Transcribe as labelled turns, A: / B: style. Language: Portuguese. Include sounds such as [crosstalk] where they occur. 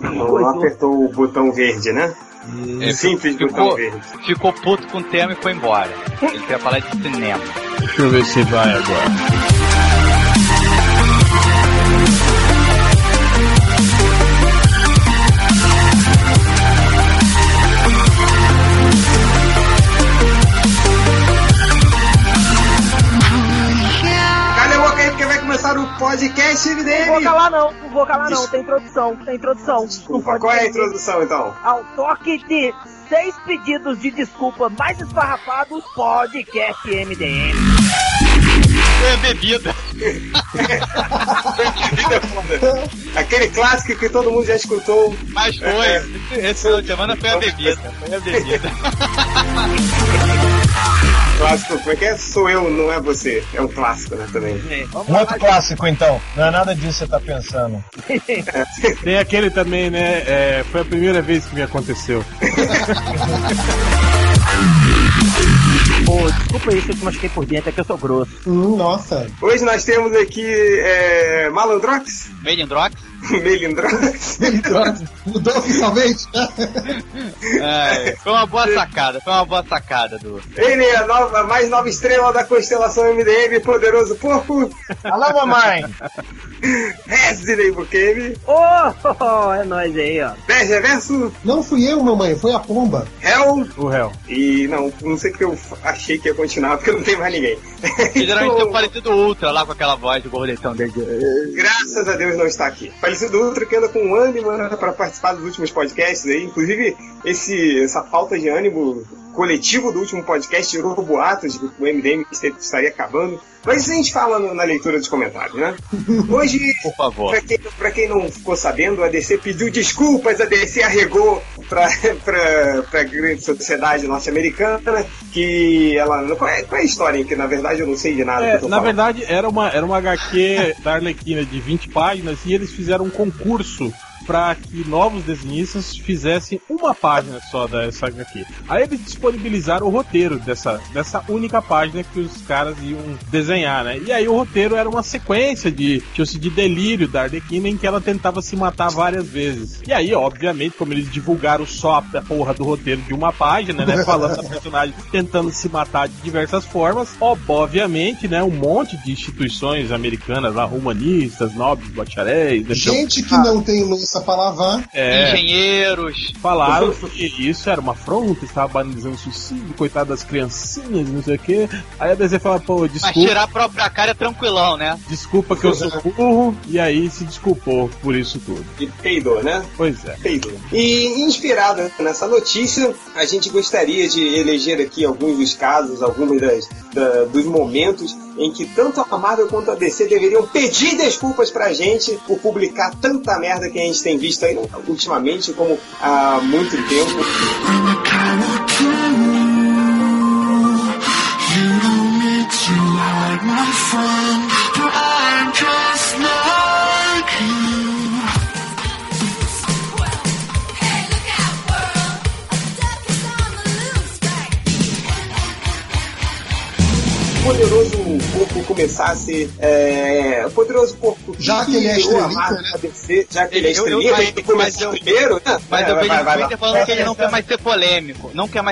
A: Não apertou o botão verde, né?
B: Ele
A: Simples botão
B: ficou,
A: verde.
B: ficou puto com o tema e foi embora. Ele quer falar de cinema.
C: Deixa eu ver se vai agora.
A: Cala a boca aí porque vai começar o podcast
D: Não vou
A: dele.
D: calar não, não vou calar não, tem introdução, tem introdução.
A: Desculpa, qual é a introdução então?
D: Ao toque de seis pedidos de desculpa mais esfarrapados, podcast MDM.
B: Foi a bebida.
A: Aquele clássico que todo mundo já escutou.
B: Mas foi. Esse- [laughs] Esse final de semana foi a bebida. Foi a bebida.
A: Clássico, como é que é? Sou eu, não é você. É um clássico, né, também.
E: Um outro clássico, então. Não é nada disso que você tá pensando.
C: [laughs] Tem aquele também, né? é, foi a primeira vez que me aconteceu.
D: Pô, desculpa aí se eu te machuquei por dentro, é que eu sou grosso.
E: nossa.
A: Hoje nós temos aqui é, Malandrox, [laughs]
B: Made in Drox.
A: Melindrox,
E: Mudou finalmente?
B: Ai, É, Foi uma boa sacada. Foi uma boa sacada do.
A: ele é a nova, mais nova estrela da constelação MDM, Poderoso Porco,
E: Alô, mamãe.
A: [laughs] Resident Evil Game,
D: Ô, [laughs] oh, é nóis aí, ó.
A: Dez Reverso,
E: Não fui eu, mamãe. Foi a pomba.
A: Hell,
C: O réu.
A: e não, não sei o que eu achei que ia continuar, porque não tem mais ninguém.
B: Que geralmente
A: Então,
B: tem o parecido Ultra lá com aquela voz do gordetão dele.
A: Graças a Deus não está aqui. Falecido Ultra que anda com um ânimo para participar dos últimos podcasts aí. Inclusive, esse, essa falta de ânimo coletivo do último podcast tirou boatos de que o MDM este- estaria acabando. Mas isso a gente fala no- na leitura dos
E: [laughs]
A: comentários, né? Hoje,
B: Por favor.
A: para quem, pra quem não ficou sabendo, a DC pediu desculpas, a DC arregou [laughs] para a grande sociedade norte-americana que ela... Qual é, qual é a história em que, na verdade, eu não sei de nada.
C: É,
A: que eu tô
C: na
A: falando.
C: verdade, era uma, era uma HQ da Arlequina de 20 páginas e eles fizeram um concurso para que novos desenhistas fizessem uma página só dessa HQ. Aí eles disponibilizaram o roteiro dessa, dessa única página que os caras iam desenhar, né? E aí o roteiro era uma sequência de, tipo assim, de delírio da Arlequina em que ela tentava se matar várias vezes. E aí, obviamente, como eles divulgaram só a porra do roteiro de uma página, né? Falando da personagem tentando se matar de diversas formas, obviamente, né? Um monte de instituições americanas lá, humanistas, nobres, bacharéis, né,
F: Gente que não tem louça pra lavar,
C: é,
B: Engenheiros.
C: falaram que isso era uma afronta, estava banalizando suicídio, coitado das criancinhas, não sei o quê. Aí a DC fala, pô,
B: Mas
C: desculpa,
B: tirar a própria cara é tranquilão, né?
C: desculpa que eu sou burro, e aí se desculpou por isso tudo.
A: De peidor, né?
C: Pois é.
A: Pedro. E inspirada nessa notícia, a gente gostaria de eleger aqui alguns dos casos, alguns das, da- dos momentos em que tanto a Marvel quanto a DC deveriam pedir desculpas pra gente por publicar tanta merda que a gente tem visto aí ultimamente, como há muito tempo. O poderoso corpo começasse. É, o poderoso corpo
F: Já que ele é
A: criou a
F: estrelita,
A: Marvel,
F: né?
A: a DC, já que ele é
B: Eu- eu-
A: estrelita,
B: mas-
A: ele começou
B: mas eu-
A: primeiro, né?
B: Mas eu
A: Vai,
B: vejo
A: vai,
B: o
A: vai lá.
B: É, Twitter falando que ele não quer mais ser polêmico. Não quer mais